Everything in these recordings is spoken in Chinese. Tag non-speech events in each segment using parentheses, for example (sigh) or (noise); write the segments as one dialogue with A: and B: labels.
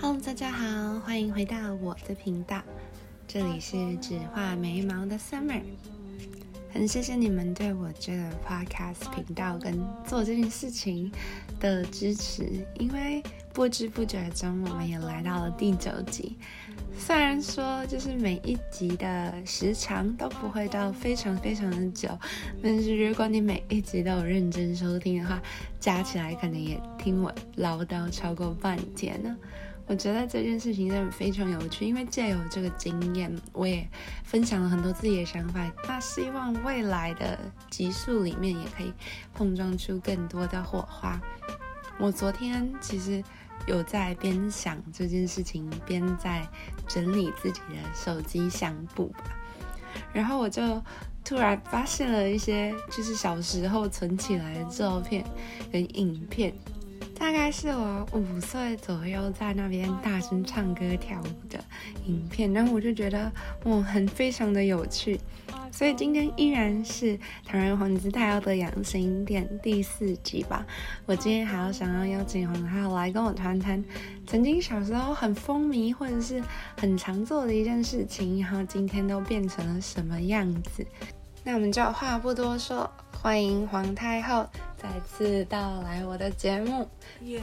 A: Hello，大家好，欢迎回到我的频道，这里是只画眉毛的 Summer。很谢谢你们对我这个 podcast 频道跟做这件事情的支持，因为不知不觉中我们也来到了第九集。虽然说就是每一集的时长都不会到非常非常的久，但是如果你每一集都有认真收听的话，加起来可能也听我唠叨超过半天呢。我觉得这件事情真的非常有趣，因为借由这个经验，我也分享了很多自己的想法。那希望未来的集数里面也可以碰撞出更多的火花。我昨天其实有在边想这件事情，边在整理自己的手机相簿吧，然后我就突然发现了一些就是小时候存起来的照片跟影片。大概是我五岁左右在那边大声唱歌跳舞的影片，然后我就觉得我很非常的有趣，所以今天依然是《唐人黄子泰耀的养心殿》第四集吧。我今天还要想要邀请黄浩来跟我谈谈曾经小时候很风靡或者是很常做的一件事情，然后今天都变成了什么样子。那我们就话不多说，欢迎皇太后再次到来我的节目。
B: 耶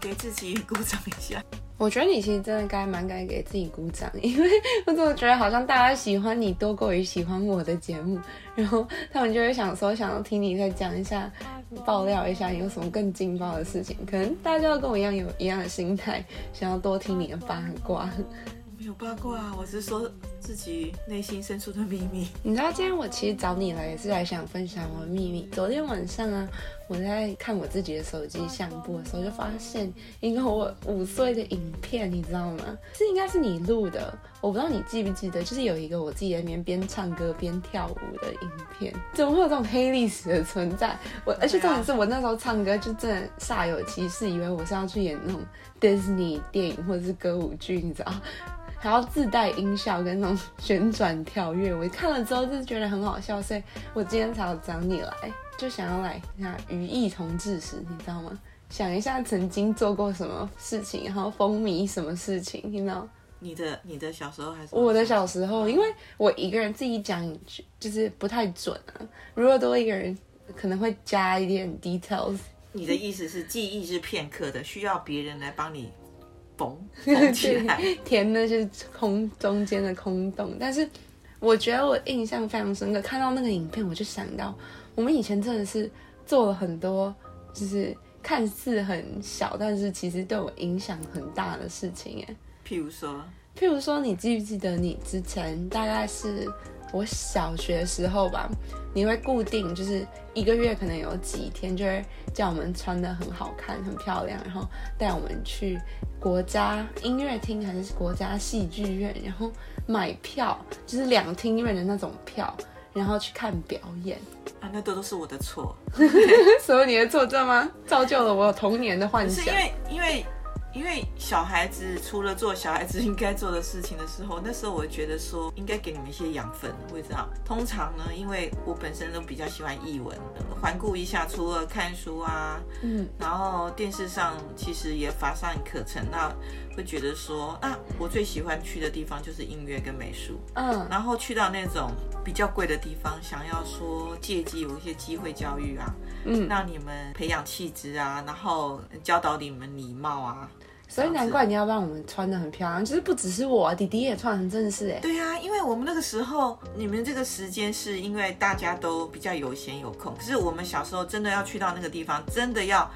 B: 给自己鼓掌一下。
A: 我觉得你其实真的该蛮该给自己鼓掌，因为我总觉得好像大家喜欢你多过于喜欢我的节目，然后他们就会想说想要听你再讲一下，爆料一下你有什么更劲爆的事情。可能大家都跟我一样有一样的心态，想要多听你的八卦。
B: 没有八卦，我只是说自己内心深处的秘密。
A: 你知道，今天我其实找你来也是来想分享我的秘密。昨天晚上啊，我在看我自己的手机相簿的时候，就发现一个我五岁的影片，你知道吗？这应该是你录的，我不知道你记不记得，就是有一个我自己在那边边唱歌边跳舞的影片。怎么会有这种黑历史的存在？我而且重点是我那时候唱歌就真的煞有其事，以为我是要去演那种 Disney 电影或者是歌舞剧，你知道。还要自带音效跟那种旋转跳跃，我看了之后就是觉得很好笑，所以我今天才要找你来，就想要来那与异同志时，你知道吗？想一下曾经做过什么事情，然后风靡什么事情，你知道？
B: 你的你的小时候还是
A: 我的小时候，因为我一个人自己讲就是不太准啊，如果多一个人可能会加一点 details。
B: 你的意思是记忆是片刻的，需要别人来帮你缝
A: (laughs)
B: 缝起来。
A: 填那些空中间的空洞。但是我觉得我印象非常深刻，看到那个影片我就想到，我们以前真的是做了很多，就是看似很小，但是其实对我影响很大的事情。哎，
B: 譬如说，
A: 譬如说，你记不记得你之前大概是我小学时候吧，你会固定就是一个月可能有几天就会叫我们穿的很好看、很漂亮，然后带我们去国家音乐厅还是国家戏剧院，然后买票，就是两厅院的那种票，然后去看表演。
B: 啊，那都都是我的错，
A: (laughs) 所有你的作证吗？造就了我童年的幻
B: 是
A: 想
B: 因。为因为因为小孩子除了做小孩子应该做的事情的时候，那时候我觉得说应该给你们一些养分，我也知道。通常呢，因为我本身都比较喜欢译文，环顾一下，除了看书啊，
A: 嗯，
B: 然后电视上其实也乏善可陈，那会觉得说，那我最喜欢去的地方就是音乐跟美术，
A: 嗯，
B: 然后去到那种比较贵的地方，想要说借机有一些机会教育啊，
A: 嗯，
B: 让你们培养气质啊，然后教导你们礼貌啊。
A: 所以难怪你要让我们穿的很漂亮，就是不只是我、啊，弟弟也穿得很正式哎。
B: 对啊，因为我们那个时候，你们这个时间是因为大家都比较有闲有空，可是我们小时候真的要去到那个地方，真的要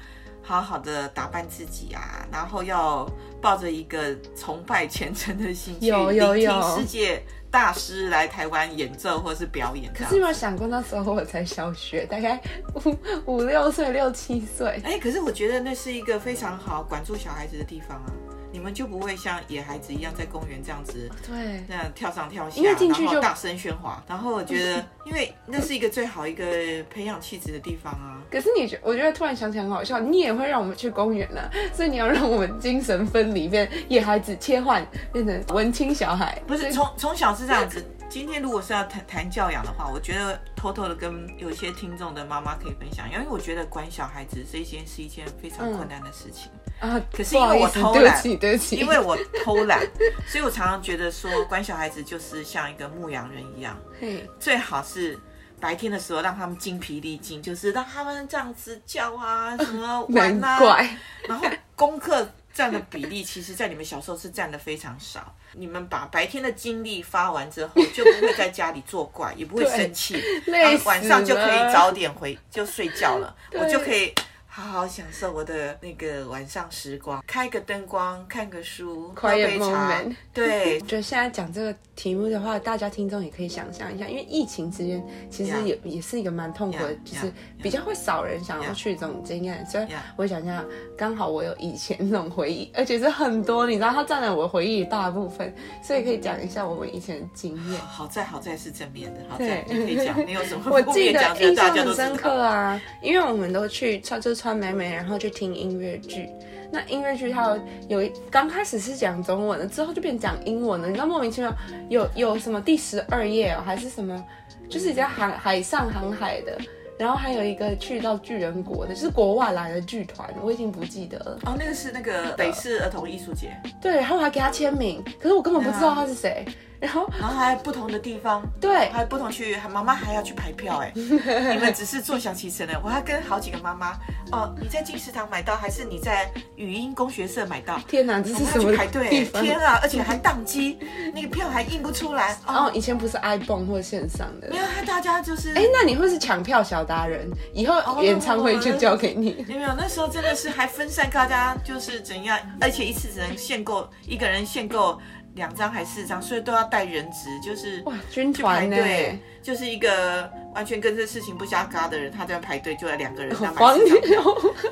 B: 好好的打扮自己啊，然后要抱着一个崇拜虔诚的心去
A: 有有
B: (laughs) 聆
A: 有
B: 听世界大师来台湾演奏或是表演这
A: 可
B: 样。
A: 是有没有想过那时候我才小学，大概五五六岁、六七岁。
B: 哎、可是我觉得那是一个非常好管住小孩子的地方啊，你们就不会像野孩子一样在公园这样子
A: 对，
B: 那样跳上跳下，
A: 因为进去
B: 然后
A: 就
B: 大声喧哗。然后我
A: (laughs)
B: 觉得，因为那是一个最好一个培养气质的地方啊。
A: 可是你觉，我觉得突然想起来很好笑，你也会让我们去公园啊，所以你要让我们精神分离，变野孩子切换变成文青小孩。
B: 不是
A: 所以
B: 从从小是这样子，今天如果是要谈谈教养的话，我觉得偷偷的跟有一些听众的妈妈可以分享，因为我觉得管小孩子这一件是一件非常困难的事情。
A: 啊，
B: 可是
A: 不
B: 因
A: 好
B: 为
A: 意
B: 我
A: 思，
B: 偷
A: 对不
B: 懒
A: 起， (laughs) 对不起，
B: 因为我偷懒，所以我常常觉得说管小孩子就是像一个牧羊人一样，
A: 嘿，
B: 最好是白天的时候让他们精疲力尽，就是让他们这样子叫啊，什么
A: (laughs) 难
B: 玩啊，
A: 怪，
B: 然后功课占的比例，其实在你们小时候是占的非常少。你们把白天的精力发完之后，就不会在家里作怪，也不会生气，
A: (laughs) 累
B: 然后晚上
A: 死
B: 就可以
A: 了
B: 早点回就睡觉了，
A: (laughs) 对
B: 我就可以。好好享受我的那个晚上时光，开个灯光，看个书，喝
A: Quiet
B: 杯茶
A: moment。
B: 对
A: 我，觉得现在讲这个题目的话，大家听众也可以想象一下，因为疫情之间其实
B: Yeah.
A: 也也是一个蛮痛苦的
B: Yeah,
A: 就是
B: yeah,
A: 比较会少人想要
B: Yeah.
A: 去这种经验。所以
B: Yeah.
A: 我想象，刚好我有以前那种回忆，而且是很多，你知道，它占了我回忆的大部分，所以可以讲一下我们以前的经
B: (laughs)
A: 验。
B: 哦好在好在是正面的，好在
A: 对
B: 你可以讲，没有什么
A: (laughs) 我
B: 负
A: 记
B: 面
A: 得
B: 讲，
A: 印
B: 大
A: 象
B: 家都
A: 很
B: 知道
A: 深刻啊，因为我们都去穿就是穿美美，然后去听音乐剧。那音乐剧它有有一刚开始是讲中文的，之后就变讲英文了。你知道莫名其妙有有什么第十二页哦，还是什么，就是叫海海上航海的。然后还有一个去到巨人国的，就是国外来的剧团，我已经不记得了。
B: 哦，那个是那个北市儿童艺术节，
A: 对，然后我还给他签名，可是我根本不知道他是谁。
B: 哎
A: 然后
B: 然后还有不同的地方，
A: 对，
B: 还有不同区域，还妈妈还要去排票
A: (laughs)
B: 哎、你们只是坐享其成的，我还跟好几个妈妈哦，你在金石堂买到，还是你在语音工学社买到？
A: 天哪，这
B: 我
A: 是
B: 们
A: 什
B: 要去
A: 么
B: 排
A: 地
B: 队、
A: 方？
B: 天啊！而且还宕机，那个票还印不出来
A: 哦
B: 哦，。
A: 以前不是 iPhone 或线上的
B: 没，有，他大家就是
A: 哎、那你会是抢票小达人，以
B: 哦
A: 后演唱会就交给
B: (laughs)
A: 你。
B: 没有，那时候真的是还分散大家就是怎样，而且一次只能限购一个人限购两张还四张，所以都要带人质，就是
A: 哇，军
B: 去排
A: 团呢、
B: 队，就是一个完全跟这事情不加嘎的人，他在排队就要两个人，那买
A: 哦黄
B: 四张
A: 牛。哦 (laughs)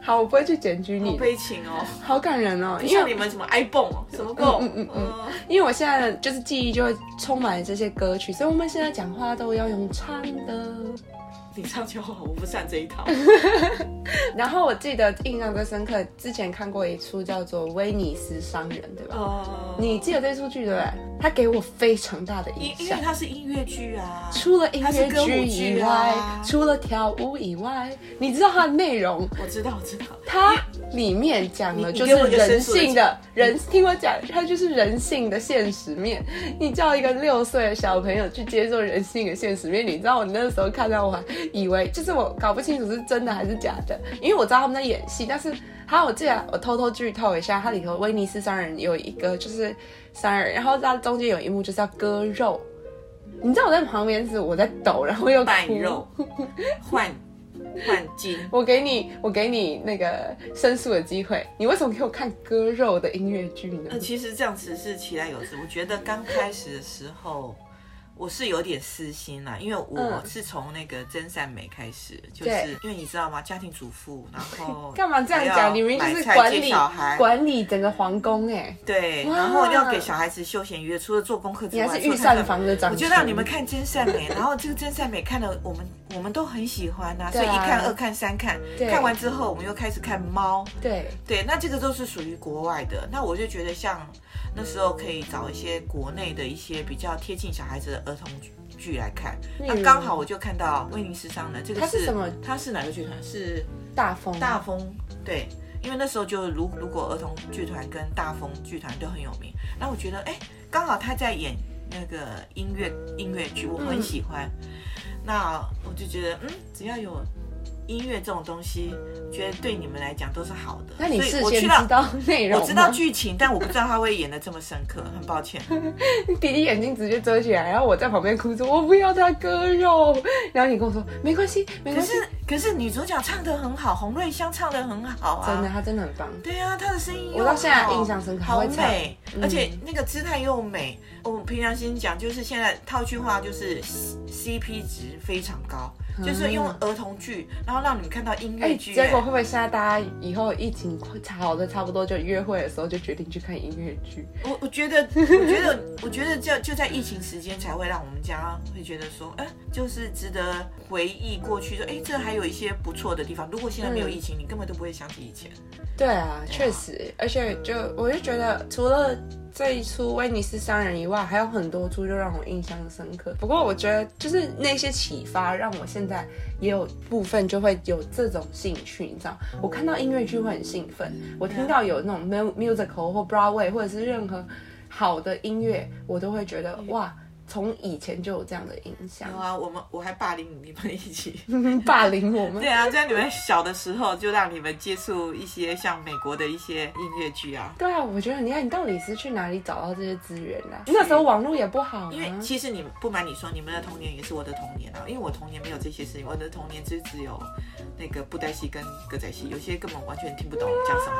A: 好，我不会去检举
B: 好
A: 你，
B: 悲情哦，
A: 好感人哦，
B: 不
A: 因
B: 像
A: 为
B: 你们什么 iPhone 什么 Go，
A: 嗯嗯嗯
B: 呃
A: 因为我现在的就是记忆就会充满了这些歌曲，所以我们现在讲话都要用唱的。
B: 你唱就好，我不上这一套。
A: 然后我记得印象最深刻，之前看过一出叫做《威尼斯商人》，对吧？
B: 哦，
A: 你记得这出剧对不对？它给我非常大的影
B: 因因为
A: 响。
B: 它是音乐剧啊，
A: 除了音
B: 它
A: 乐
B: 是歌舞
A: 剧以
B: 剧
A: 外，
B: 啊
A: 除了跳舞以外，你知道它的内容
B: 我知道我知道，
A: 它里面讲了
B: 你
A: 就
B: 你给我
A: 是
B: 一个
A: 人
B: 申诉的
A: 性的人，听我讲，它就是人性的现实面。你叫一个六岁的小朋友去接受人性的现实面，你知道我那时候看到我还以为就是我搞不清楚是真的还是假的，因为我知道他们在演戏，但是还有我记得我偷偷剧透一下，它里头威尼斯商人有一个就是商人，然后它中间有一幕就是要割肉。你知道我在旁边是我在抖，然后又哭
B: 卖
A: (laughs)
B: 肉换换金。
A: 我给你，我给你那个申诉的机会。你为什么给我看割肉的音乐剧呢
B: 那？其实这样子是其来有之。我觉得刚开始的时候，我是有点私心啦，因为我
A: 嗯
B: 是从那个真善美开始，就是
A: 对
B: 因为你知道吗？家庭主妇，然后
A: (laughs) 干嘛这样
B: 还要
A: 讲？你明明
B: 哎买
A: 就是
B: 菜哎
A: 管
B: 接
A: 理
B: 小孩，
A: 管理整个皇宫哎、
B: 对，
A: 哇
B: 然后要给小孩子休闲娱乐，除了做功课之
A: 你
B: 外，
A: 还是
B: 除
A: 御
B: 了看
A: 膳房的长
B: 我就让你们看真善美，然后这个真善美看了我们我们都很喜欢呐、
A: (laughs) 对
B: 所以一
A: 啊
B: 看、二看、三看，
A: 对
B: 看完之后我们又开始看猫，
A: 对，
B: 对，那这个都是属于国外的。那我就觉得像那时候可以找一些国内的一些比较贴近小孩子的儿童剧来看。
A: 例
B: 那
A: 如
B: 啊刚好我就看到《威尼斯商人》这
A: 嗯
B: 个
A: 它是什么
B: 它是哪个剧团？是
A: 大风
B: 大风对。因为那时候就如如果儿童剧团跟大风剧团都很有名，那我觉得哎，刚好他在演那个音乐音乐剧，我很喜欢。
A: 嗯
B: 那我就觉得嗯，只要有音乐这种东西，觉得对你们来讲都是好的。
A: 那你
B: 所
A: 事
B: 以我
A: 先
B: 去到
A: 知道内容
B: 我
A: 吗？
B: 知道剧情，但我不知道他会演的这么深刻，很抱
A: (laughs)
B: 歉。
A: 弟弟眼睛直接遮起来，然后我在旁边哭着我不要他割肉，然后你跟我说没关系，没
B: 可
A: 关系，
B: 是可是女主角唱的很好，洪瑞香唱的很好啊，
A: 真的他真的很棒。
B: 对啊，她的声音又
A: 我到现在
B: 好
A: 印象深刻
B: 好
A: 还会唱嗯
B: 美，而且那个姿态又美。我凭良心讲，就是现在套一句话就是 C P 值非常高，就是用儿童剧，然后让你们看到音
A: 嗯哎、
B: 乐剧、
A: 结果会不会现在大家以后疫情快好的差不多，就约会的时候就决定去看音乐剧？
B: 我我觉得，我觉得，我觉得就就在疫情时间才会让我们家会觉得说，哎、就是值得回忆过去，说，哎、这还有一些不错的地方。如果现在没
A: 嗯
B: 有疫情，你根本都不会想起以前。嗯
A: 对啊，确实，而且就我就觉得，除了这一出威尼斯商人以外，还有很多出就让我印象深刻。不过我觉得就是那些启发，让我现在也有部分就会有这种兴趣，你知道？我看到音乐剧会很兴奋，我听到有那种
B: 嗯
A: mu- musical 或 Broadway 或者是任何好的音乐，我都会觉得哇。从以前就有这样的影响
B: 有，啊，我们我还霸凌你们一起。
A: 霸凌我 (laughs) 们
B: (laughs) 对。啊，在你们小的时候就让你们接触一些像美国的一些音乐剧啊，
A: 对啊，我觉得很厉害。你到底是去哪里找到这些资源的、啊那时候网络也不好、啊，
B: 因为其实你不瞒你说，你们的童年也是我的童年啊，因为我童年没有这些事情，我的童年就只有那个布袋戏跟歌仔戏，有些根本完全听不懂讲什么。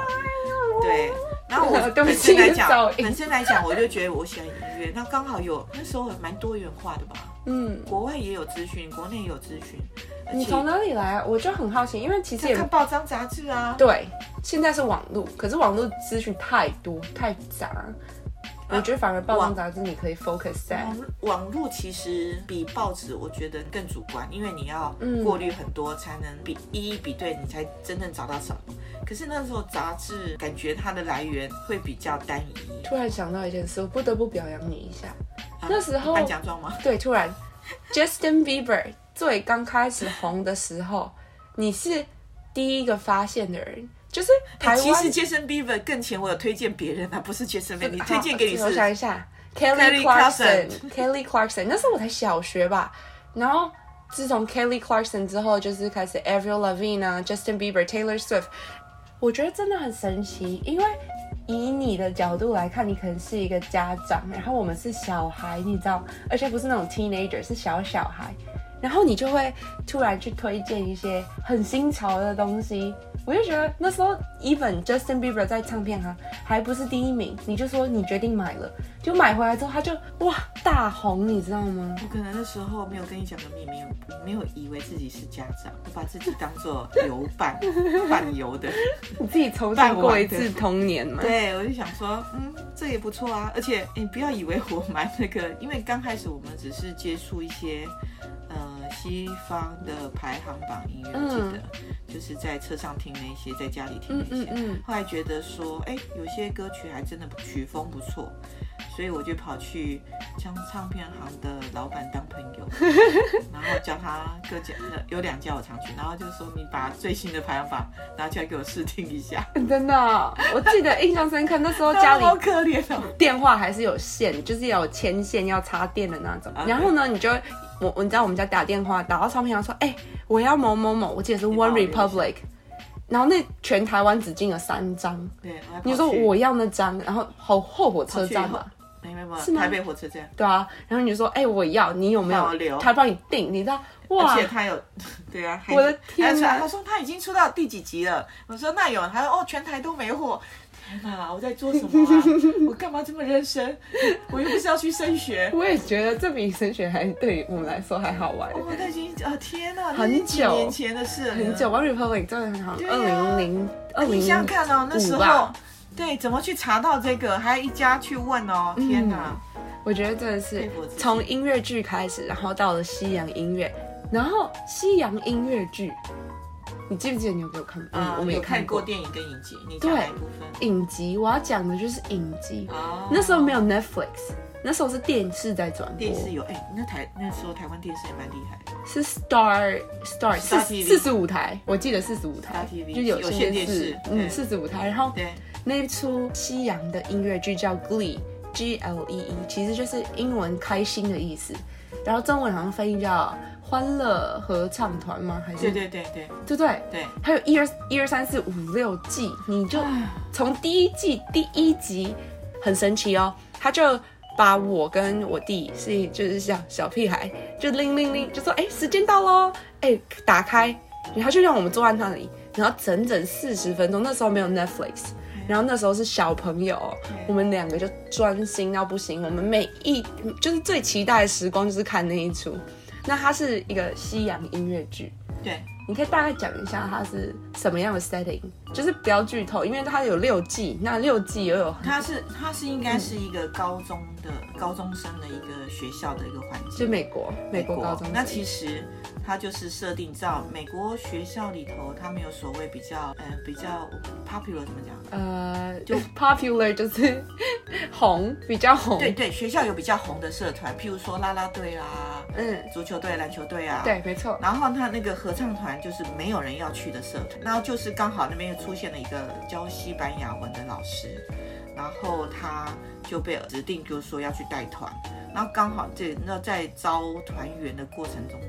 B: 对，然后我
A: (laughs) 对不
B: 本
A: 起
B: 身来
A: 噪
B: 讲，
A: 音
B: 本身来讲，我就觉得我喜欢音乐，那刚好有那时候蛮多元化的吧，
A: 嗯，
B: 国外也有资讯，国内也有资讯，而
A: 你从
B: 且
A: 哪里来啊？我就很好奇，因为其实也
B: 看报章杂志啊，
A: 对，现在是网络，可是网络资讯太多太杂，我觉得反而报章
B: 网
A: 杂志你可以 focus 在。
B: 啊网网络其实比报纸，我觉得更主观，因为你要
A: 嗯
B: 过滤很多，才能比一一比对，你才真正找到什么。可是那时候杂志感觉它的来源会比较单一。
A: 突然想到一件事，我不得不表扬你一下。
B: 啊
A: 那时候
B: 颁奖状吗？
A: 对，突然 Justin Bieber 最刚开始红的时候，你是第一个发现的人，就是台
B: 哎其
A: 湾
B: 实 Jason Bieber 更前，我有推荐别人啊，不是 Jason
A: (laughs)
B: Bieber，你推荐给你
A: 好我想
B: 是
A: 一下 Kelly
B: Kelly Clarkson
A: Clarkson，Kelly Clarkson，那时候我才小学吧。然后自从 Kelly Clarkson 之后，就是开始 Avril Lavigne 啊、Justin Bieber、Taylor Swift，我觉得真的很神奇，因为。以你的角度来看，你可能是一个家长，然后我们是小孩，你知道，而且不是那种 teenager，是小小孩，然后你就会突然去推荐一些很新潮的东西。我就觉得那时候，even Justin Bieber 在唱片行还不是第一名，你就说你决定买了，就买回来之后他就哇大红，你知道吗？
B: 我可能那时候没有跟你讲的秘密，我没有以为自己是家长，我把自己当做游 (laughs) 伴，伴游的。
A: 你自己重新过一次
B: 办完的
A: 童年嘛？
B: 对，我就想说，嗯，这也不错啊。而且你不要以为我蛮那个，因为刚开始我们只是接触一些呃西方的排行榜音乐，我记得、就是在车上听那些，在家里听
A: 嗯嗯
B: 那些。
A: 嗯，
B: 后来觉得说，哎，有些歌曲还真的曲风不错，所以我就跑去将唱片行的老板当朋
A: (laughs)
B: 友，然后叫他各家呃有两家我常去，然后就说你把最新的排行榜拿起来给我试听一下，
A: 真的哦、我记得印象深刻，那时候家里
B: (laughs) 好可怜哦。
A: 电话还是有线，就是要有牵线要插电的那种。
B: 啊
A: 然后呢，你就我我你知道我们家打电话打到唱片行说，哎、我要某某某，我记得是
B: 你帮
A: One
B: 我留一下
A: Republic，然后那全台湾只进了三张，
B: 对，我还跑
A: 你就说
B: 去
A: 我要那张，然后后后火车站
B: 跑
A: 嘛
B: 去。没有没有没
A: 是
B: 有，
A: 吗
B: 台北火车站，
A: 对啊，然后你就说，哎、我要，你有没
B: 帮我
A: 有？
B: 留
A: 他帮你订，你知道？哇
B: 而，且他有， (laughs) 对啊，还
A: 我的天
B: 还有出
A: 哪
B: 来他说他已经出到第几集了，我说那有，他说哦，全台都没货。天哪，我在做什么
A: (laughs)
B: 啊？我干嘛这么认真？我又不是要去升学。
A: 我也觉得这比升学还对于我们来说还好玩。
B: 哇，他已经啊，天哪，
A: 很
B: 那是几
A: 久
B: 年前的事了，
A: 很久。，One Republic 真的很好，
B: 啊对
A: 二零
B: 啊
A: 零二零
B: 你想想看哦，那时
A: 五吧
B: 候，对，怎么去查到这个？还一家去问哦，
A: 嗯
B: 天哪！
A: 我觉得真的是
B: 佩服自己
A: 从音乐剧开始，然后到了西洋音乐，然后西洋音乐剧，你记不记得你有给我看？
B: 啊，
A: 嗯，我们也
B: 有看
A: 过
B: 过电影跟影集，你讲哪一部分？
A: 影集。我要讲的就是影集，
B: 哦
A: 那时候没有 Netflix，那时候是电视在转播，
B: 电视有，哎，那台那时候台湾电视也蛮厉害的。
A: 是 Star Star 四
B: Star
A: 四
B: TV
A: 十五台，我记得四十五台
B: Star TV
A: 就有
B: 有
A: 线
B: 线
A: 电
B: 电
A: 视
B: 视，
A: 嗯，
B: 对
A: 四十五台，然后
B: 对，
A: 那一出西洋的音乐剧叫《Glee》，G L E E，其实就是英文“开心”的意思，然后中文好像翻译叫“欢乐合唱团”吗？还是
B: 对对对对
A: 对对
B: 对，
A: 还有一二一二三四五六季，你就从第一季第一集很神奇哦，他就把我跟我弟是就是像小屁孩，就铃铃铃就说哎、时间到喽，哎、打开，然后他就让我们坐在那里，然后整整四十分钟，那时候没有 Netflix。然后那时候是小朋友，我们两个就专心到不行。我们每一就是最期待的时光就是看那一出。那它是一个西洋音乐剧，
B: 对，
A: 你可以大概讲一下它是什么样的 setting，就是不要剧透，因为它有六季，那六季又有
B: 它是它是应该是一个高中的、高中生的一个学校的一个环境，
A: 就美国美国高中生，
B: 那其实它就是设定，到美国学校里头，他们有所谓比较呃比较 popular 怎么讲？
A: 呃，就 popular 就是红，比较红，
B: 对对，学校有比较红的社团，譬如说啦啦队啊、
A: 嗯，
B: 足球队、篮球队啊，
A: 对，没错，
B: 然后他那个合唱团就是没有人要去的社团，然后就是刚好那边又出现了一个教西班牙文的老师，然后他就被指定，就是说要去带团，然后刚好这那在招团员的过程中，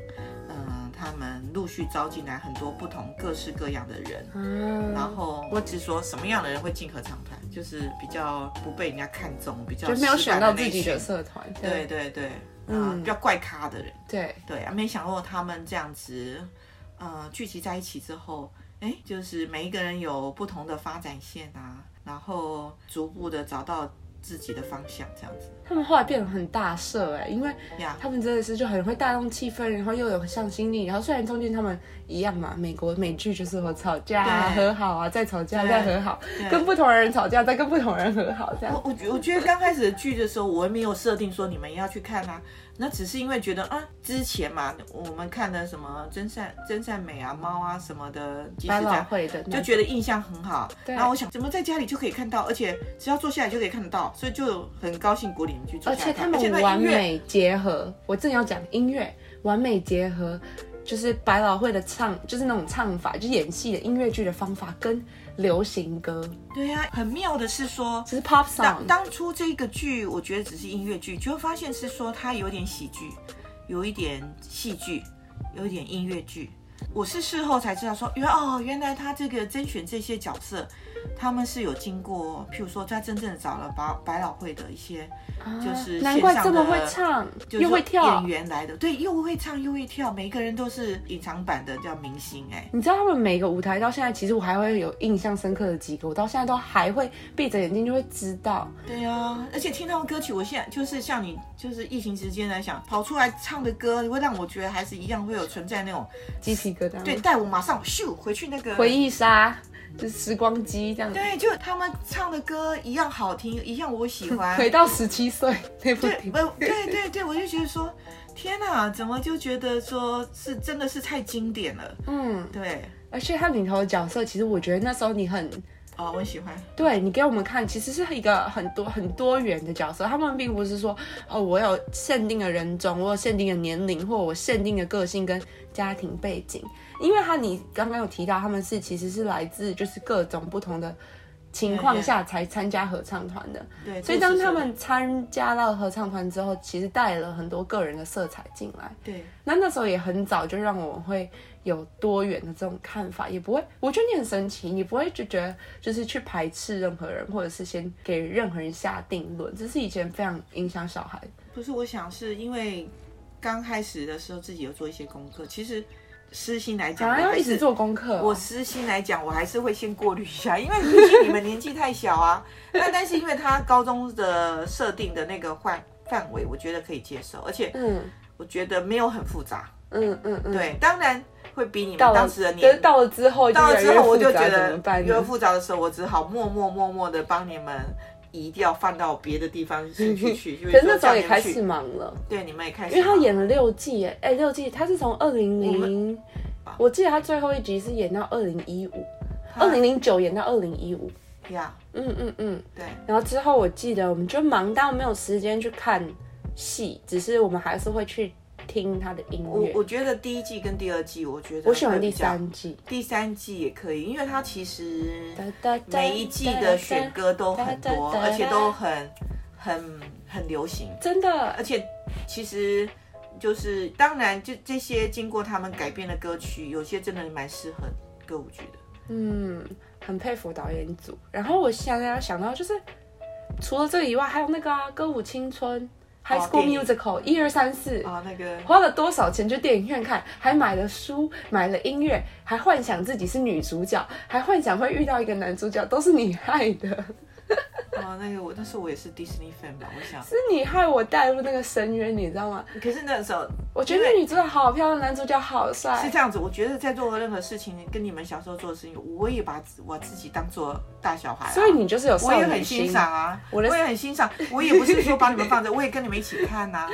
B: 嗯、他们陆续招进来很多不同各式各样的人。
A: 嗯，
B: 然后我只说什么样的人会进合唱团，就是比较不被人家看中，比较
A: 就没有
B: 失败
A: 选
B: 的
A: 到
B: 那
A: 自己
B: 群
A: 的社团，
B: 对对对，嗯，
A: 嗯
B: 比较怪咖的人。
A: 对，
B: 对啊，没想过他们这样子，呃，聚集在一起之后，哎，就是每一个人有不同的发展线啊，然后逐步的找到自己的方向，这样子
A: 他们后来变得很大社哎、因为
B: 呀。
A: 他们真的是就很会带动气氛，然后又有向心力，然后虽然中间他们一样嘛，美国美剧就是会吵架啊、
B: 对
A: 和好啊、再吵架、
B: 对
A: 再和好，
B: 对
A: 跟不同人吵架，再跟不同人和好，这样
B: 我我觉我觉得刚开始的剧的时候，我也没有设定说你们要去看啊，那只是因为觉得啊，之前嘛，我们看的什么真善真善美啊、猫啊什么的，即
A: 百
B: 使
A: 老
B: 在
A: 汇的那
B: 就觉得印象很好。
A: 对
B: 然后我想，怎么在家里就可以看到，而且只要坐下来就可以看得到，所以就很高兴鼓励你们去坐
A: 而
B: 下来
A: 且他
B: 看。
A: 们
B: 那
A: 完
B: 音乐，
A: 美结合，我正要讲音乐完美结合，就是百老汇的唱，就是那种唱法，就是演戏的音乐剧的方法跟流行歌，
B: 对呀、很妙的是说。
A: 就是 pop
B: 当
A: song，
B: 当初这个剧，我觉得只是音乐剧，就会发现是说它有点喜剧，有一点戏剧，有一点音乐剧。我是事后才知道说，原哦，原来他这个甄选这些角色，他们是有经过，譬如说他真正的找了百百老汇的一些就是
A: 啊难怪
B: 线上
A: 这么
B: 的
A: 会唱，
B: 就是
A: 又会跳
B: 演。员来的，对，又会唱又会跳，每一个人都是隐藏版的叫明星哎、
A: 你知道他们每个舞台到现在，其实我还会有印象深刻的几个，我到现在都还会闭着眼睛就会知道。
B: 对啊，而且听到歌曲，我现在就是像你，就是疫情之间来想跑出来唱的歌，会让我觉得还是一样会有存在那种，
A: 鸡皮疙瘩，
B: 对，，带我马上咻回去那个
A: 嗯回。忆杀，就是时光机这样，
B: 对，就他们唱的歌一样好听，一样我喜欢。
A: 回到十七岁那部
B: 对，
A: 电
B: 不
A: 影，，
B: 对对对，我就觉得说，天哪，怎么就觉得说是真的是太经典了？
A: 嗯，
B: 对，
A: 而且它里头的角色，其实我觉得那时候你很
B: 哦，我喜欢。
A: 对你给我们看，其实是一个很多很多元的角色，他们并不是说哦，我有限定的人种，我有限定的年龄，或我限定的个性跟家庭背景，因为他你刚刚有提到，他们是其实是来自就是各种不同的情况下才参加合唱团的，
B: 对，
A: 所以
B: 这
A: 当
B: 是
A: 他
B: 真的
A: 们参加到合唱团之后，其实带了很多个人的色彩进来。
B: 对
A: 那那时候也很早就让我会有多元的这种看法，也不会，我觉得你很神奇，你不会就觉得就是去排斥任何人，或者是先给任何人下定论，这是以前非常影响小孩。
B: 不是，我想是因为刚开始的时候自己有做一些功课，其实私心来讲，
A: 想
B: 我
A: 要
B: 还
A: 啊一直
B: 是
A: 做哦功课、
B: 我私心来讲，我还是会先过滤一下，因为毕竟你们年纪太小
A: (laughs)
B: 啊。那但是因为他高中的设定的那个范范围，我觉得可以接受，而且
A: 嗯
B: 我觉得没有很复杂。
A: 嗯嗯嗯，，
B: 对，当然会比你们
A: 到了
B: 当时的
A: 可是
B: 年。
A: 到了之后就
B: 到
A: 越
B: 了
A: 来越
B: 之后，我就
A: 复杂
B: 觉
A: 怎么
B: 得
A: 办
B: 越
A: 呢？
B: 复杂的时候，我只好默默默默的帮你们移掉，放到别的地方去
A: (laughs)
B: 去去。
A: 可是那时候也开
B: 就是说叫你们去
A: 始忙了，
B: 对，你们也开始
A: 因为他
B: 忙
A: 演了六季耶，哎、六季他是从二零零，我记得他最后一集是演到二零一五，二零零九演到二零一五，
B: 呀
A: 嗯嗯嗯。
B: 对
A: 然后之后我记得我们就忙到没有时间去看戏，只是我们还是会去听他的音
B: 我
A: 乐。
B: 我觉得第一季跟第二季，我觉得
A: 嗯我喜欢
B: 会
A: 第
B: 比较，
A: 三季，
B: 第三季也可以，因为它其实
A: 哒哒哒
B: 每一季的选歌都很
A: 哒
B: 多，
A: 哒哒哒
B: 而且都很很很流行，
A: 真的
B: 而且其实。就是当然，就这些经过他们改编的歌曲，有些真的蛮适合歌舞剧的。
A: 嗯，很佩服导演组。然后我现在想到就是，除了这个以外，还有那个、啊《歌舞青春》《High
B: 哦
A: School
B: 电影
A: Musical》一二三四。
B: 啊、那个
A: 花了多少钱去电影院看，还买了书，买了音乐，还幻想自己是女主角，还幻想会遇到一个男主角，都是你害的。
B: 哦，哦，那个我，但是我也是 Disney fan 吧，我想。
A: 是你害我带入那个深渊，你知道吗？
B: 可是那时候
A: 我觉得
B: 因为
A: 女主角好漂亮，男主角好
B: 是
A: 帅。
B: 这样子，我觉得在做任何事情，跟你们小时候做的事情，我也把自我自己当做大小孩、啊，
A: 所以你 (laughs) 就是有
B: 我
A: 少
B: 也
A: 女
B: 很
A: 心
B: 欣，赏啊，
A: 我
B: 我
A: 的
B: 也很欣赏，我也不是说把你们放 (laughs) 着，我也跟你们一起看呐、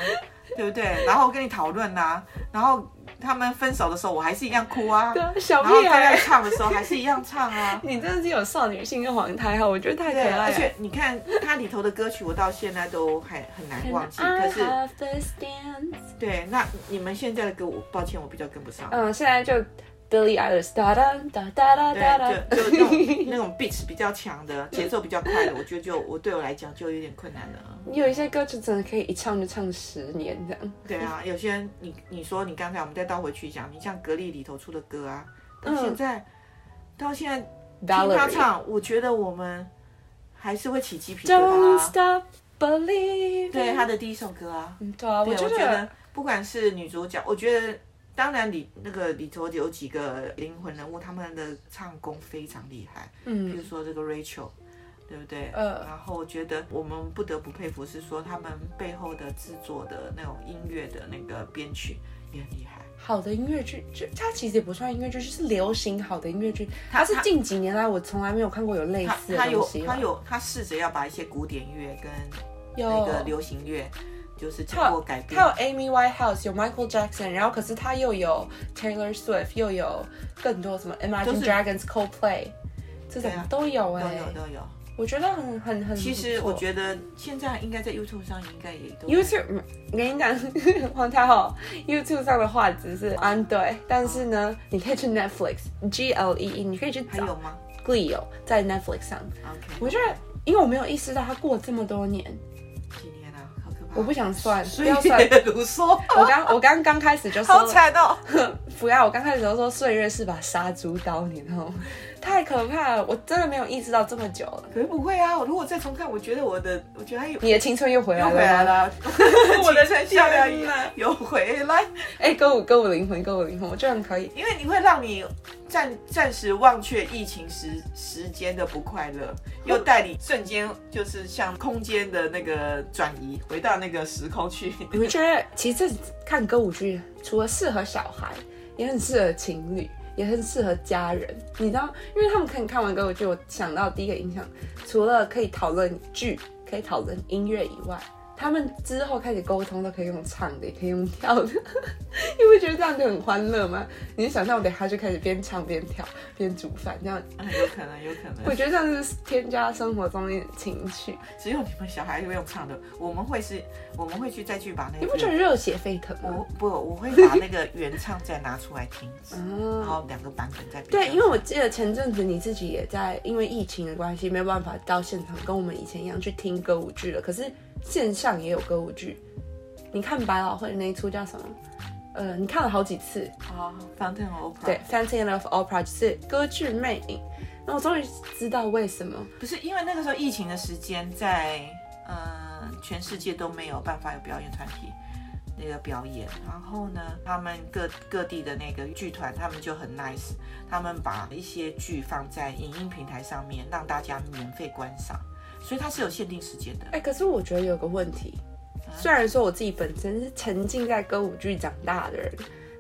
B: 对不对？然后跟你讨论呐、然后他们分手的时候，我还是一样哭啊，
A: 对啊小
B: 然
A: 屁
B: 后大家
A: 孩，。
B: 唱的时候还是一样唱啊
A: 你真的是有少女心跟皇太后，我觉得啊太可
B: 对，
A: 爱了。
B: 而且你看它里头的歌曲，我到现在都还很难忘记。可
A: I
B: 是，
A: have this dance
B: 对，那你们现在的歌，我抱歉，我比较跟不上。
A: 嗯，现在就 Billie Eilish 哒哒哒哒哒哒哒，
B: 对，就就那种那种 beat 比较强的，节奏比较快的，我觉得就我对我来讲就有点困难了。
A: 你有一些歌就真的可以一唱就唱十年这样。
B: 对啊，有些人你你说你刚才我们再倒回去讲，你像格力里头出的歌啊，到现在、到现在听他
A: 嗯 Valerie
B: 唱，我觉得我们还是会起鸡皮疙
A: Don't
B: 瘩、啊。
A: stop believing。
B: 对他的第一首歌啊，
A: 嗯，对啊，我
B: 对
A: 觉
B: 我觉
A: 得
B: 得不管是女主角，我觉得当然里那个里头有几个灵魂人物，他们的唱功非常厉害。比如
A: 嗯
B: 说这个 Rachel，对不对？
A: 呃
B: 然后我觉得我们不得不佩服是说他们背后的制作的那种音乐的那个编曲也很厉害。
A: 好的音乐剧，就它其实也不算音乐剧，就是流行好的音乐剧。
B: 它
A: 它是
B: 它
A: 近几年来我从来没有看过有类
B: 他
A: 似
B: 他
A: 的东
B: 有
A: 西了。
B: 他有他试着要把一些古典乐跟那个
A: 有
B: 流行乐，就是经
A: 它
B: 过
A: 有
B: 改编
A: 它。有 Amy Winehouse，有 Michael Jackson，然后可是它又有 Taylor Swift，又有更多什么 Imagine
B: 都是
A: Dragons、Coldplay 这种
B: 对啊
A: 都有
B: 都
A: 哎、
B: 有都有，
A: 我觉得很很很。
B: 其实我觉得现在应该在 YouTube 上应该也都
A: YouTube，嗯跟你讲， (laughs) 黄太后 YouTube 上的画质是安对，但是呢，你可以去 Netflix G L E E，你可以去
B: 还有
A: 找
B: 吗
A: Glee 有在 Netflix 上。
B: ？OK，
A: 我觉得，因为我没有意识到它过了这么多年，
B: 几年啊，好可怕！
A: 我不想算，不
B: 岁
A: 要算。
B: (laughs) 月如梭，
A: (laughs) 我刚我刚刚开始就
B: 好
A: 说，
B: 惨哦。
A: 不要！我刚开始都说岁月是把杀猪刀，你知道吗？ (laughs) 太可怕了，我真的没有意识到这么久了。
B: 可是不会啊，如果再重看，我觉得我的，我觉得还有
A: 你的青春又回来
B: 又
A: 了，
B: 回来。了，
A: (laughs) 我的
B: 成
A: 天啊
B: 效
A: 哪
B: 又回来，
A: 哎、歌舞歌舞灵魂，歌舞灵魂，我觉得很可以。
B: 因为你会让你暂暂时忘却疫情时时间的不快乐，又带你瞬间就是像空间的那个转移，回到那个时空去。
A: 你
B: (laughs)
A: 们觉得，其实看歌舞剧除了适合小孩，也很适合情侣，也很适合家人。你知道，因为他们看看完歌舞剧，我想到第一个影响，除了可以讨论剧，可以讨论音乐以外，他们之后开始沟通都可以用唱的，也可以用跳的。 (laughs) 你会觉得这样就很欢乐吗？你想象我等一下就开始边唱边跳边煮饭，这样
B: 嗯有可能，有可
A: 我
B: 能，
A: 觉得这样是添加生活中一点情趣。
B: 只有你们小孩会用唱的，我们会是，我们会去再去把那
A: 你不觉
B: 个
A: 得。热血沸腾吗
B: 我？不，我会把那个原唱再拿出来听，
A: (laughs) 嗯
B: 然后两个版本再比较
A: 对，因为我记得前阵子你自己也在，因为疫情的关系，没有办法到现场跟我们以前一样去听歌舞剧了。可是线上也有歌舞剧，你看百老汇的那一出叫什么？呃，你看了好几次，
B: 啊，Fountain of Opera，
A: 对，《Fancy Love Opera》就是歌剧魅影。那我终于知道为什么
B: 不是因为那个时候疫情的时间在，呃，全世界都没有办法有表演团体那个表演，然后呢，他们各各地的那个剧团， (laughs) 他们就很 nice，他们把一些剧放在影音平台上面，让大家免费观赏，所以它是有限定时间的。
A: 哎、可是我觉得有个问题，虽然说我自己本身是沉浸在歌舞剧长大的人，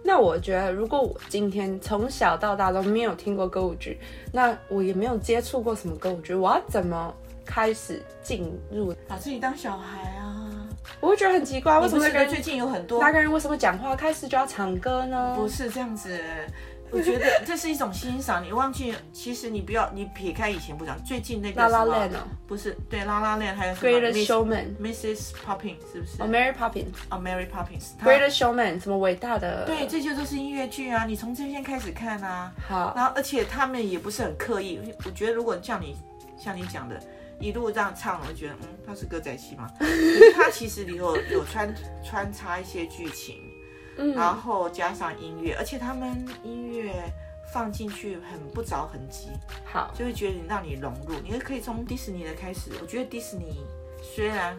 A: 那我觉得如果我今天从小到大都没有听过歌舞剧，那我也没有接触过什么歌舞剧，我要怎么开始进入？
B: 把自己当小孩啊，
A: 我会觉得很奇怪，为
B: 我
A: 什
B: 不
A: 么
B: 是
A: 那个
B: 跟
A: 人
B: 最近有很多
A: 那个人为什么讲话开始就要唱歌呢？
B: 不是这样子。啊我觉得这是一种欣赏，你忘记，其实你不要，你撇开以前不讲，最近那个
A: 拉拉
B: 什么
A: 链哦
B: 不是对拉拉链，还有什么
A: Greatest
B: Miss-
A: Showman，
B: Mrs. Poppins 是不是？
A: 哦，Mary Poppins。
B: 啊，Mary Poppins。她
A: Greatest Showman，什么伟大的？
B: 对，这就都是音乐剧啊，你从这边开始看啊。
A: 好，
B: 然后，而且他们也不是很刻意，我觉得如果像你像你讲的，一路这样唱，我觉得嗯，他是歌仔
A: (laughs)
B: 戏嘛。可是他其实里头有穿穿插一些剧情，
A: 嗯，
B: 然后加上音乐，而且他们音乐放进去很不着痕迹。
A: 好，
B: 就会觉得你让你融入，你也可以从迪士尼的开始。我觉得迪士尼虽然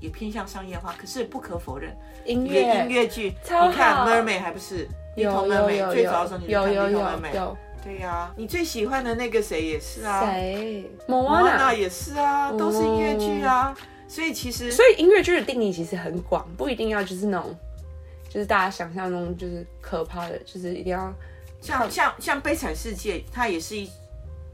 B: 也偏向商业化，可是不可否认，
A: 音
B: 你的
A: 乐
B: 音乐剧，你
A: 超好
B: 看《Mermaid》还不是《
A: 有
B: Little
A: 有
B: Mermaid》
A: 有
B: 最早的时候你就
A: 有
B: 看《
A: 有
B: Little
A: 有
B: Mermaid》，
A: 有
B: 对呀、你最喜欢的那个谁也是啊，
A: 谁
B: Moana 大也是啊，都是音乐剧啊。所以其实
A: 哦所以音乐剧的定义其实很广，不一定要就是那种，就是大家想象中就是可怕的，就是一定要
B: 像像像《悲惨世界》，它也是一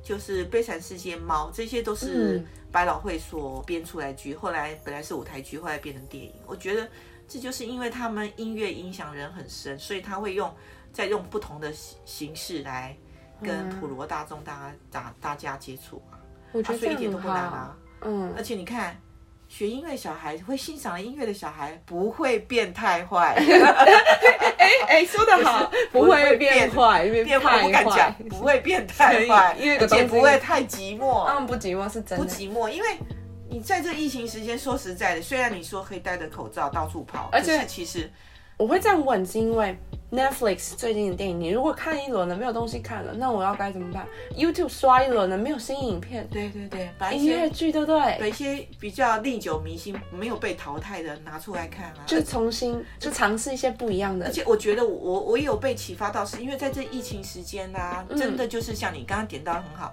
B: 就是《悲惨世界》猫，这些都是
A: 嗯
B: 百老汇所编出来剧，后来本来是舞台剧，后来变成电影。我觉得这就是因为他们音乐影响人很深，所以他会用再用不同的形形式来
A: 嗯
B: 跟普罗大众大家大大家接触啊，
A: 我觉
B: 啊
A: 得
B: 所
A: 这
B: 以一
A: 样
B: 点都
A: 很
B: 不
A: 好。
B: 难啊。
A: 嗯，
B: 而且你看。学音乐小孩会欣赏音乐的小孩不会变
A: (laughs)
B: 太坏，
A: 哎哎，说得好， (laughs) 不会变坏，
B: 变坏
A: 坏
B: 不敢讲，不会变太坏，
A: 因为
B: 而且不
A: 因
B: 会
A: 为
B: 太
A: (laughs)
B: 寂寞。
A: 嗯，不寂寞是真
B: 不
A: 的，
B: 寂寞，因为你在这疫情时间，说实在的，虽然你说可以戴着口罩到处跑，
A: 而且
B: 可是其实
A: 我会这样问，是因为 Netflix 最近的电影，你如果看一轮了没有东西看了，那我要该怎么办？YouTube 刷一轮了没有新影片，
B: 对对对，把一
A: 音乐
B: 些
A: 剧对不
B: 把
A: 对？
B: 一些比较历久弥新、没有被淘汰的拿出来看啊。
A: 就重新就尝试一些不一样的
B: 而，且我觉得我我我也有被启发到，是因为在这疫情时间啊，
A: 嗯
B: 真的就是像你刚刚点到得很好，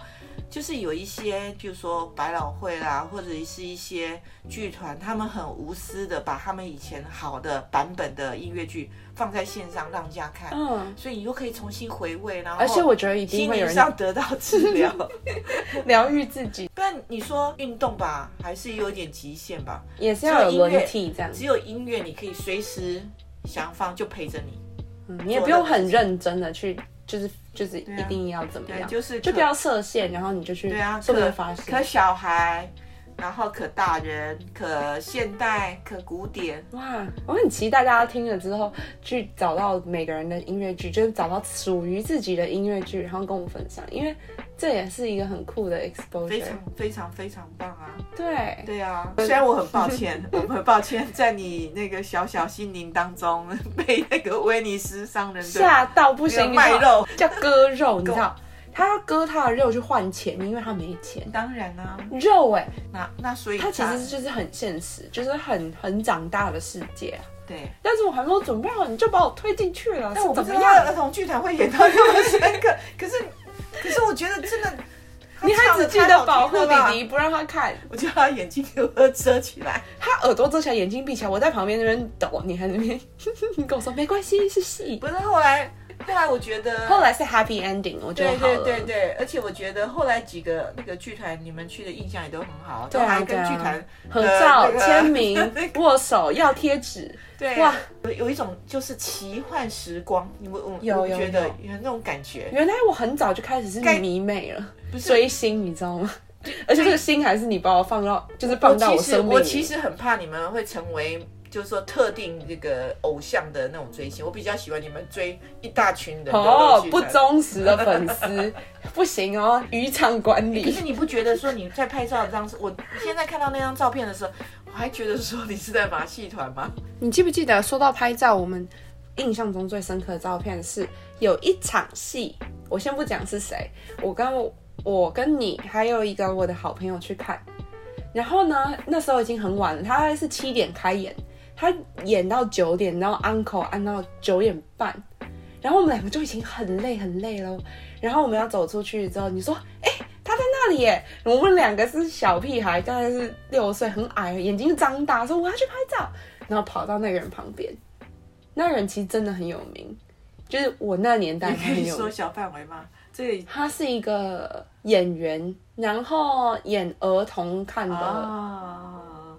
B: 就是有一些，比如说百老汇啦，或者是一些剧团，他们很无私的把他们以前好的版本的音乐剧放在线上让人家看，
A: 嗯，
B: 所以你又可以重新回味，然后
A: 而且我觉得一定
B: 哦心
A: 会有
B: 灵
A: 人
B: 上得到治疗。 (laughs)
A: 疗愈自己，
B: 不然你说运动吧，还是有点极限吧。
A: 也是要有轮
B: 只
A: 替这样，
B: 只有音乐，你可以随时想放就陪着你。
A: 嗯你也不用很认真的去，就是就是
B: 啊
A: 一定要怎么
B: 对，
A: 样，
B: 就是
A: 就
B: 可
A: 不要设限，然后你就去，
B: 对啊，
A: 说不定
B: 可
A: 会发
B: 可
A: 现。
B: 小孩，然后可大人，可现代，可古典。
A: 哇，我很期待大家听了之后去找到每个人的音乐剧，就是找到属于自己的音乐剧，然后跟我分享，因为这也是一个很酷的
B: 非
A: exposure
B: 常。非常非常棒啊！
A: 对，
B: 对啊，虽然我很抱歉，
A: (laughs)
B: 我很抱歉，在你那个小小心灵当中 (laughs) 被那个威尼斯商人的
A: 吓到不
B: 那
A: 行，
B: 个
A: 你知道
B: 卖
A: 吗
B: 肉，
A: 叫割肉，你
B: (laughs)
A: 知道，他要割他的肉去换钱，因为他没钱。
B: 当然啊，
A: 肉哎、
B: 那那所以
A: 它其实就是很现实，就是很很长大的世界啊。
B: 对。
A: 但是我还没有准备好，你就把我推进去了，
B: 但我
A: 是
B: 不
A: 怎
B: 知
A: 么
B: 道
A: 样？
B: 儿童剧团会演到那么深刻，可是可是我觉得真的，
A: 你还只记得保护
B: 他
A: 弟
B: 唱得太好听了吧，
A: 弟，不让他看，
B: 我就把眼睛给我遮起来。
A: 他耳朵遮起来，眼睛闭起来，我在旁边那边抖，你还在那边， (laughs) 你跟我说没关系，是戏。
B: 不是后来后来我觉得
A: 后来是 happy ending，我觉得
B: 对
A: 好了。
B: 对对对，而且我觉得后来几个那个剧团，你们去的印象也都很好，
A: 对
B: 都
A: 啊
B: 还跟剧
A: 对
B: 团
A: 合
B: 的
A: 照、
B: 那个、
A: 签名
B: (laughs) 那个
A: 握手、要贴纸，
B: 对
A: 哇
B: 哇，有有一种就是奇幻时光，你们我
A: 有
B: 我
A: 有
B: 觉得
A: 有
B: 有那种感觉，
A: 原来我很早就开始是
B: 该
A: 迷妹了，
B: 不是
A: 追星，你知道吗？而且这个星还是你把我放到，就是放到
B: 其
A: 我
B: 实
A: 生命里。
B: 我其实很怕你们会成为，就是说特定这个偶像的那种追星。我比较喜欢你们追一大群人的偶
A: 哦
B: 像，
A: 不。忠实的粉丝不行哦，渔场管
B: 可 (laughs)
A: 理
B: 是你不觉得说你在拍照的张，我现在看到那张照片的时候，我还觉得说你是在马戏团吗？
A: 你记不记得说到拍照，我们印象中最深刻的照片是有一场戏，我先不讲是谁，我跟我我跟你还有一个我的好朋友去看，然后呢那时候已经很晚了，他大概是七点开演，他演到九点，然后 uncle 按到九点半，然后我们两个就已经很累很累了，然后我们要走出去之后，你说哎。他在那里耶！我们两个是小屁孩，大概是六岁，很矮，眼睛张大，说我要去拍照。然后跑到那个人旁边。那人其实真的很有名，就是我那年代
B: 你
A: 他
B: 可
A: 很
B: 以
A: 有
B: 缩
A: 名。
B: 小范围吗？这里
A: 他是一个演员，然后演儿童看的
B: 啊，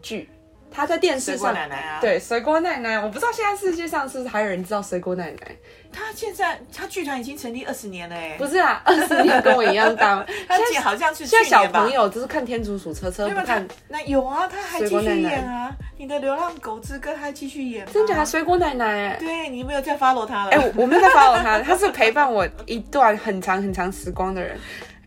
A: 剧。他在电视
B: 水果
A: 上，
B: 奶奶啊，，
A: 对水果奶奶，我不知道现在世界上是不是还有人知道水果奶奶？
B: 他现在他剧团已经成立二十年了哎
A: 不，是啊，二十年跟我一样大。
B: (laughs) 他
A: 现
B: 姐
A: 在
B: 好像是去
A: 现在
B: 年
A: 小
B: 吧
A: 朋友就是看天竺鼠车车，
B: 对吧？
A: 不
B: 他
A: 看
B: 那有啊，他还继
A: 水果奶
B: 续
A: 奶
B: 演啊，你的流浪狗之歌他还继续演、啊，
A: 真假的水果奶奶。
B: 对你没有再 follow 他了。
A: 哎、我我没有在 follow 他，他是陪伴我一段很长很长时光的人，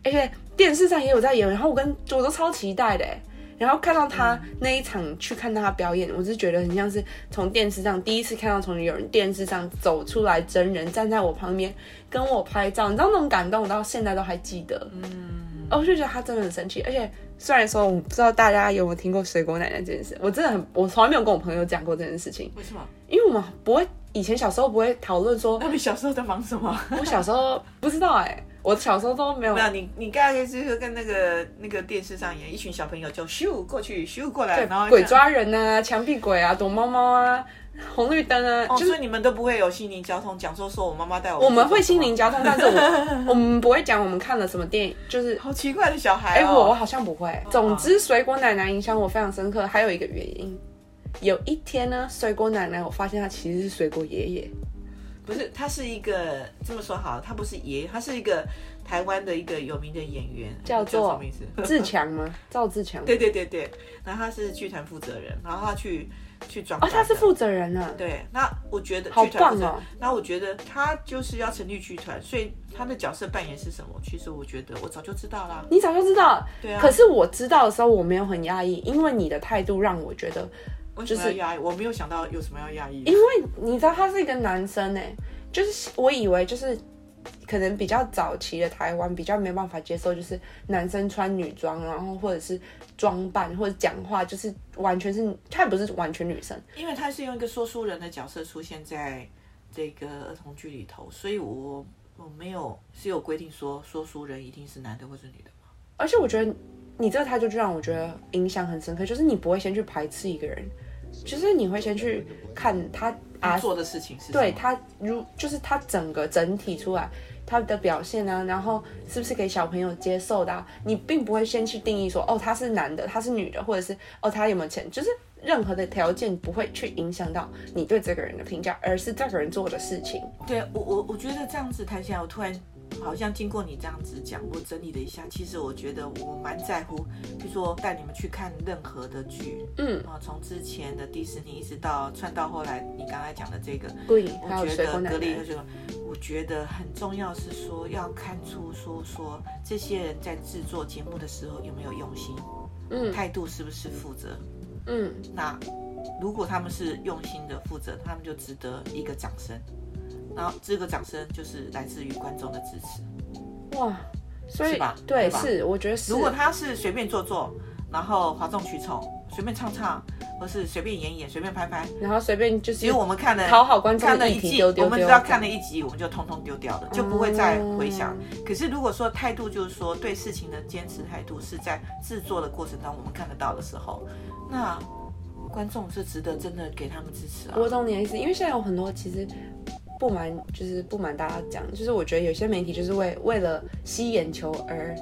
A: 而且电视上也有在演，然后我跟我都超期待的欸，然后看到他那一场去看到他表演，我是觉得很像是从电视上第一次看到从有人电视上走出来真人站在我旁边跟我拍照，你知道那种感动，我到现在都还记得。
B: 嗯，
A: 哦，我就觉得他真的很神奇，而且虽然说我不知道大家有没有听过水果奶奶这件事，我真的很我从来没有跟我朋友讲过这件事情，
B: 为什么？
A: 因为我们不会以前小时候不会讨论说
B: 那你小时候在忙什么？
A: 我小时候不知道哎、我小时候都没有
B: (laughs) 没。有你，你大概就是跟那个那个电视上演一群小朋友就咻过去，咻过来，
A: 对
B: 然后，
A: 鬼
B: 这样
A: 抓人啊，墙壁鬼啊，躲猫猫啊，红绿灯啊，
B: 哦，
A: 就
B: 所
A: 是
B: 以你们都不会有心灵交通讲说说我妈妈带我去
A: 我们会
B: 做什
A: 心
B: 么
A: 灵交通，但是我我们不会讲我们看了什么电影，
B: (laughs)
A: 就是
B: 好奇怪的小孩、
A: 哎、
B: 哦。
A: 我我好像不会。总之，水果奶奶影响我非常深刻，还有一个原因。有一天呢，水果奶奶，我发现她其实是水果爷
B: (laughs)
A: 爷，
B: 不是，他是一个这么说好了，他不是爷爷，他是一个台湾的一个有名的演员，
A: 叫做
B: 什么名字？
A: 志强吗？赵志强。
B: 对对对对，然后他是剧团负责人，然后他去去转
A: 哦，他是
B: 转的
A: 负责人啊。
B: 对，那我觉得
A: 好
B: 剧团
A: 棒
B: 负责人
A: 哦
B: 那我觉得他就是要成立剧团，所以他的角色扮演是什么？其实我觉得我早就知道啦。
A: 你早就知道，
B: 对啊，
A: 可是我知道的时候，我没有很压抑，因为你的态度让我觉得，
B: 为什
A: 就
B: 么要
A: 是
B: 压抑？我没有想到有什么要压抑的。
A: 因为哎你知道他是一个男生哎、就是我以为就是可能比较早期的台湾比较没办法接受，就是男生穿女装，然后或者是装扮或者讲话，就是完全是他也不是完全女生，
B: 因为他是用一个说书人的角色出现在这个儿童剧里头，所以我我没有是有规定说说书人一定是男的或是女的吗。
A: 而且我觉得你这个态度就让我觉得影响很深刻，就是你不会先去排斥一个人，就是你会先去看他啊
B: 他做的事情是什么
A: 对他如就是他整个整体出来他的表现啊，然后是不是给小朋友接受的、啊，你并不会先去定义说哦他是男的，他是女的，或者是哦他有没有钱，就是任何的条件不会去影响到你对这个人的评价，而是这个人做的事情。
B: 对我我我觉得这样子谈起来，我突然好像经过你这样子讲，我整理了一下，其实我觉得我蛮在乎，比如说带你们去看任何的剧，
A: 嗯，
B: 啊，从之前的迪士尼一直到串到后来你刚才讲的这个，
A: 不影还有
B: 我觉
A: 水
B: 得
A: 果奶
B: 格力
A: 奶
B: 和。这个，我觉得很重要是说要看出说说这些人在制作节目的时候有没有用心，
A: 嗯
B: 态度是不是负责。
A: 嗯，
B: 那如果他们是用心的负责，他们就值得一个掌声。然后这个掌声就是来自于观众的支持。
A: 哇，所
B: 是
A: 以
B: 吧
A: 对
B: 对吧
A: 是，我觉得是。
B: 如果他是随便做做，然后哗众取宠，随便唱唱，或是随便演演、随便拍拍，
A: 然后随便就是
B: 其实我们看了
A: 讨好观众
B: 看了
A: 的议
B: 一
A: 题
B: 季，
A: 丢丢
B: 我们
A: 丢
B: 只要看了一集，我们就通通丢掉了，就不会再回想。可是如果说态度就是说对事情的坚持态度是在制作的过程当中我们看得到的时候，那观众是值得真的给他们支持啊。
A: 我懂你的意思，因为现在有很多其实不瞒，就是不瞒大家讲，就是我觉得有些媒体就是为为了吸眼球而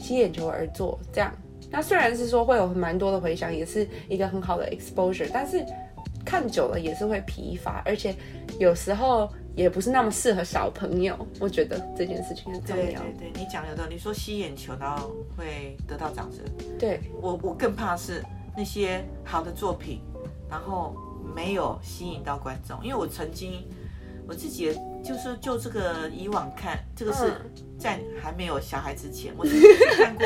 A: 吸眼球而做这样。那虽然是说会有蛮多的回响，也是一个很好的 exposure，但是看久了也是会疲乏，而且有时候也不是那么适合小朋友。我觉得这件事情很重
B: 对
A: 要。
B: 对对，你讲有道理。你说吸眼球，然后会得到掌声。
A: 对
B: 我我更怕是那些好的作品，然后没有吸引到观众，因为我曾经我自己也就是就这个以往看，这个是在还没有小孩之前，我曾经看过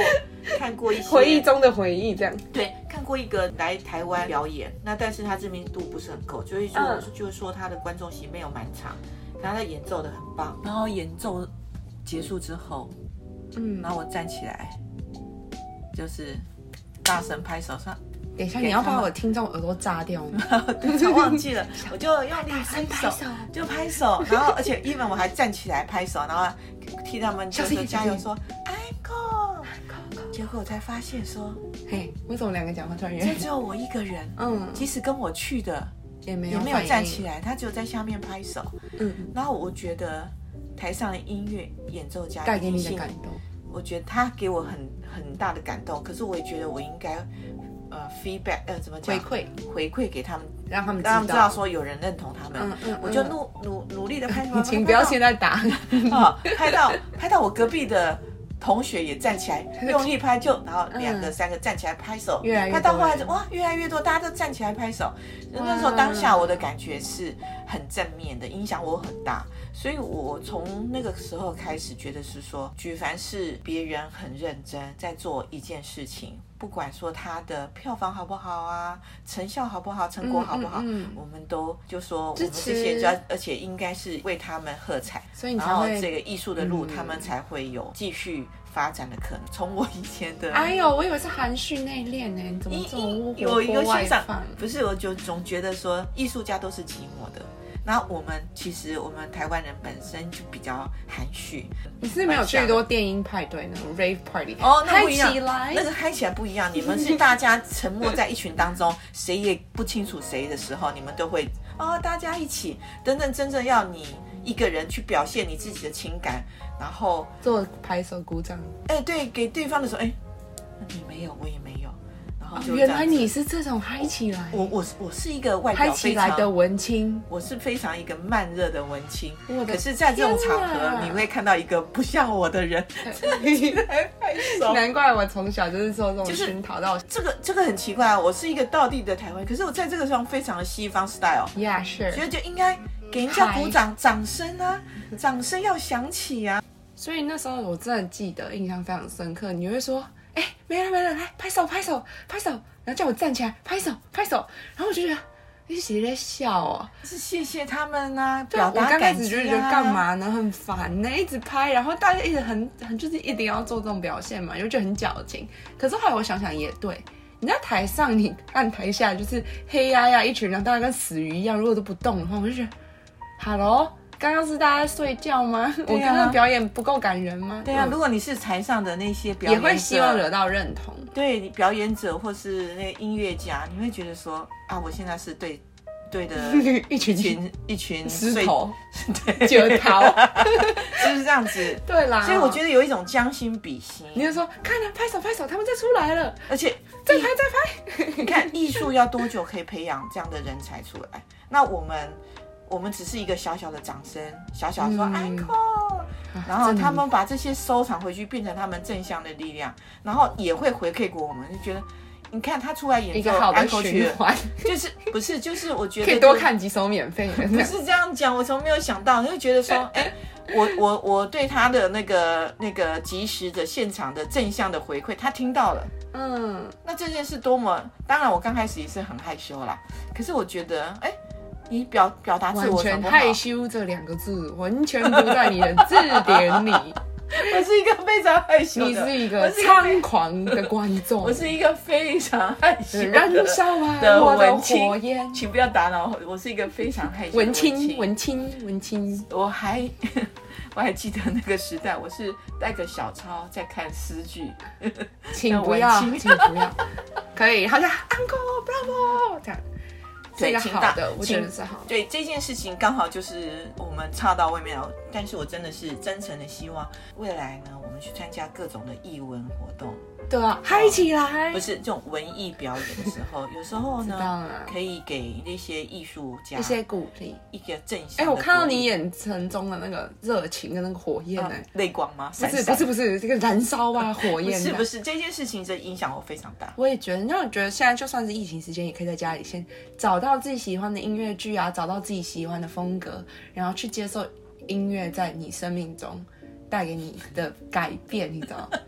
B: 看过一些
A: (laughs) 回忆中的回忆这样。
B: 对，看过一个来台湾表演，那但是他知名度不是很够，就是说、
A: 嗯
B: 就是说他的观众席没有满场，然后他演奏的很棒，然后演奏结束之后，
A: 嗯，
B: 然后我站起来，就是大声拍手说。
A: 等一下
B: 给
A: 你要
B: 他
A: 把
B: 们
A: 我听众耳朵炸掉 (laughs) 吗？
B: 我忘记了，我就用力拍手，
A: 手
B: 就拍手，然后而且 even 我还站起来拍手，然后替他们就
A: 小心一点
B: 是加油
A: 小心
B: 说 uncle，结果我才发现说，
A: 嘿，为什么两个讲话突然
B: 就
A: 间？
B: 只有我一个人，
A: 嗯，
B: 即使跟我去的
A: 也没
B: 也
A: 有
B: 没有站起
A: 来。
B: 来，他只有在下面拍手。
A: 嗯，
B: 然后我觉得台上的音乐演奏家
A: 带给你
B: 一
A: 的
B: 定
A: 感
B: 是
A: 动。
B: 我觉得他给我很很大的感动，可是我也觉得我应该呃 feedback 呃怎么讲
A: 回
B: 回馈给他们，
A: 让他们知道。
B: 让他们知道说有人认同他们。
A: 嗯嗯，
B: 我就努努努力的拍
A: 嗯， (laughs)
B: 照，
A: 请不要现在打。
B: 在 (laughs) 啊，拍到拍到我隔壁的同学也站起来，用力拍就，然后两个
A: 嗯
B: 三个站起来拍手，
A: 越来越
B: 拍到
A: 多
B: 后来
A: 人
B: 哇，越来越多，大家都站起来拍手。
A: 哇
B: 那时候当下我的感觉是很正面的，影响我很大，所以我从那个时候开始觉得是说，举凡是别人很认真在做一件事情。不管说他的票房好不好啊，成效好不好，成果好不好，
A: 嗯嗯嗯
B: 我们都就说我
A: 支
B: 们
A: 持
B: 这些人就要而且应该是为他们喝彩，
A: 所以你才
B: 然后
A: 会
B: 这个艺术的路，
A: 嗯
B: 他们才会有继续发展的可能。从我以前的。
A: 哎呦，我以为是含蓄内敛呢，你怎么这么
B: 一
A: 活
B: 有一
A: 泼
B: 个
A: 外
B: 欣赏
A: 放？，
B: 不是，我就总觉得说艺术家都是寂寞的，那我们其实我们台湾人本身就比较含蓄，
A: 你是没有去多电音派对那种 rave party
B: 哦，那
A: 嗨
B: 不一样
A: 起来，
B: 那个嗨起来不一样。你们
A: (laughs)
B: 是大家沉默在一群当中，谁也不清楚谁的时候，你们都会哦，大家一起。等等，真正要你一个人去表现你自己的情感，然后
A: 做拍手鼓掌。
B: 哎，对，给对方的时候，哎，你没有，我也没有，然后就、
A: 哦原来你，是这种嗨起来，
B: 我我是我是一个外
A: 嗨
B: 表
A: 起
B: 非
A: 来
B: 常
A: 的文青，
B: 我是非常一个慢热的文青
A: 我，的
B: 可是，在这种场
A: 天啊
B: 合，你会看到一个不像我的人，
A: (laughs)
B: 拍手
A: 难怪我从小就是受这种
B: 就是
A: 熏陶到。
B: 这个这个很奇怪啊，我是一个道地的台湾，可是我在这个上非常的西方 style，
A: Yeah, sure.
B: 觉得就应该给人家鼓掌、掌声啊，掌声要响起啊。
A: 所以那时候我真的记得，印象非常深刻。你会说：“哎、没了没了，来拍手拍手拍手！”然后叫我站起来拍手拍手，然后我就觉得你是谁在笑啊？
B: 是谢谢他们啊，
A: 对
B: 表
A: 啊，我
B: 达
A: 刚开
B: 感
A: 始
B: 激
A: 就
B: 啊。
A: 觉得干？嘛呢，很烦呢、一直拍，然后大家一直很很就是一定要做这种表现嘛，因为就很矫情。可是后来我想想也对。你在台上，你看台下就是黑压压一群人，大家跟死鱼一样，如果都不动的话，我就觉得，Hello，刚刚是大家在睡觉吗？我刚刚表演不够感人吗？
B: 啊对啊，
A: 嗯
B: 如果你是台上的那些表
A: 也
B: 演者，
A: 会希望惹到认同。
B: 对你表演者或是那个音乐家，你会觉得说啊，我现在是对对的
A: (laughs) (laughs) 一群
B: 一群一群
A: 狮
B: 睡
A: 头
B: 对，
A: 九桃，
B: (laughs) 就是这样子。
A: 对啦。
B: 所以我觉得有一种将心比心，
A: 你就说，看啊，拍手拍手，他们再出来了，(laughs)
B: 而且
A: 再拍再拍。
B: 你看艺术要多久可以培养这样的人才出来？那我们我们只是一个小小的掌声，小小说
A: 嗯
B: uncle，、然后
A: 真的
B: 他们把这些收藏回去，变成他们正向的力量，然后也会回馈给我们，就觉得你看他出来演
A: 一
B: 奏
A: 个好的
B: uncle 曲
A: 循
B: 了，
A: 环，
B: 就是不是就是我觉得
A: 可以多
B: 就是
A: 看几首免费的。
B: 不是这样讲，我从没有想到，就觉得说，哎、我我我对他的那个那个及时的现场的正向的回馈，他听到了。
A: (laughs) 嗯，
B: 那这件事多么……当然，我刚开始也是很害羞啦。可是我觉得，哎、你表表达自
A: 完
B: 我
A: 全
B: 怎么
A: 害
B: 好？
A: 羞这两个字完全不在你的字典
B: (laughs)
A: 里，
B: 我是一个非常害羞的，
A: 你是一
B: 我
A: 个
B: 是一个非
A: 猖狂的观众
B: 我，是一个非常害羞的
A: 燃烧啊
B: 的
A: 我的
B: 文青
A: 火焰，
B: 请不要打扰我，我是一个非常害羞的
A: 文青
B: 青
A: 文青文青，
B: 我还我还记得那个时代，我是带个小抄在看诗句。
A: 请不要，
B: 文青
A: 请不要， (laughs) 可以，好像 uncle bravo 这样，这
B: 对
A: 个
B: 请
A: 好
B: 大
A: 的，我觉得
B: 请
A: 是好的。
B: 对这件事情，刚好就是我们岔到外面了。但是我真的是真诚的希望，未来呢，我们去参加各种的艺文活动，
A: 对啊，嗨起来！
B: 不是这种文艺表演的时候，有时候
A: 知道啊
B: 呢
A: 了，
B: 可以给那些艺术家
A: 一些鼓励。
B: 一个正向
A: 哎、
B: 的
A: 我看到
B: 鼓励
A: 你眼神中的那个热情跟那个火焰
B: 嗯
A: 哎、
B: 泪光吗？
A: 不是
B: 闪闪
A: 不是不是，这个燃烧 (laughs) 啊，火
B: 不
A: 焰、啊。
B: 是不是这件事情，这影响我非常大。
A: 我也觉得，那我觉得现在就算是疫情时间，也可以在家里先找到自己喜欢的音乐剧啊，找到自己喜欢的风格，然后去接受音乐在你生命中带给你的改变，你知
B: (laughs)
A: 道吗？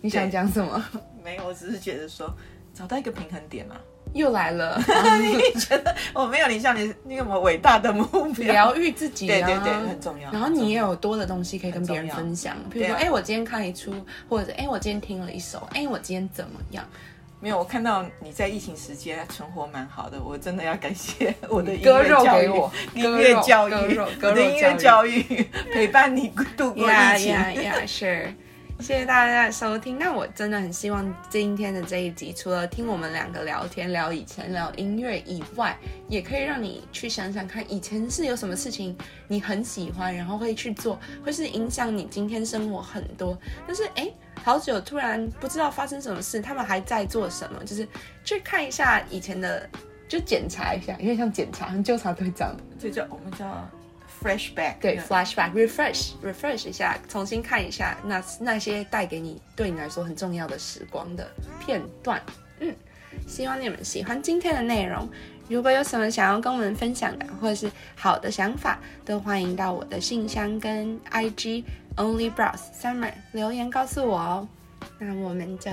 A: 你想讲什么？
B: 没有，我只是觉得说找到一个平衡点啦、
A: 又来了，嗯
B: (laughs) 我哦没有你像你那么伟大的目标，
A: 疗愈自己、啊，
B: (laughs) 对对对，很重
A: (laughs)
B: 要。
A: 然后
B: 很重
A: 你也
B: 要
A: 有多的东西可以跟别人分享，比如说，
B: 对啊
A: 哎、我今天看一出，或者，哎、我今天听了一首，哎、我今天怎么样？
B: 没有，我看到你在疫情时间存活蛮好的，我真的要感谢我的音
A: 割
B: 乐
A: 肉
B: 教育
A: 给我，
B: (laughs) 音乐教育，
A: 割肉
B: 我
A: 割肉割
B: 的
A: 肉
B: 音乐教育 (laughs) 陪伴你度过
A: 呀
B: 疫情。
A: 呀呀，是。谢谢大家的收听。那我真的很希望今天的这一集，除了听我们两个聊天、聊以前、聊音乐以外，也可以让你去想想看，以前是有什么事情你很喜欢，然后会去做，会是影响你今天生活很多。但是哎，好久突然不知道发生什么事，他们还在做什么，就是去看一下以前的，就检查一下，有点像检查，很纠察队长。
B: 这叫我们叫 flashback，
A: 对，flashback refresh refresh 一下，重新看一下那那些带给你对你来说很重要的时光的片段。嗯，希望你们喜欢今天的内容。如果有什么想要跟我们分享的，或者是好的想法，都欢迎到我的信箱跟 IG Only Bros Summer 留言告诉我哦。那我们就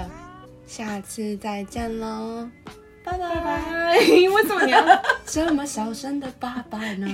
A: 下次再见喽， (laughs) 拜拜拜。为什么你要这么小声的爸爸呢？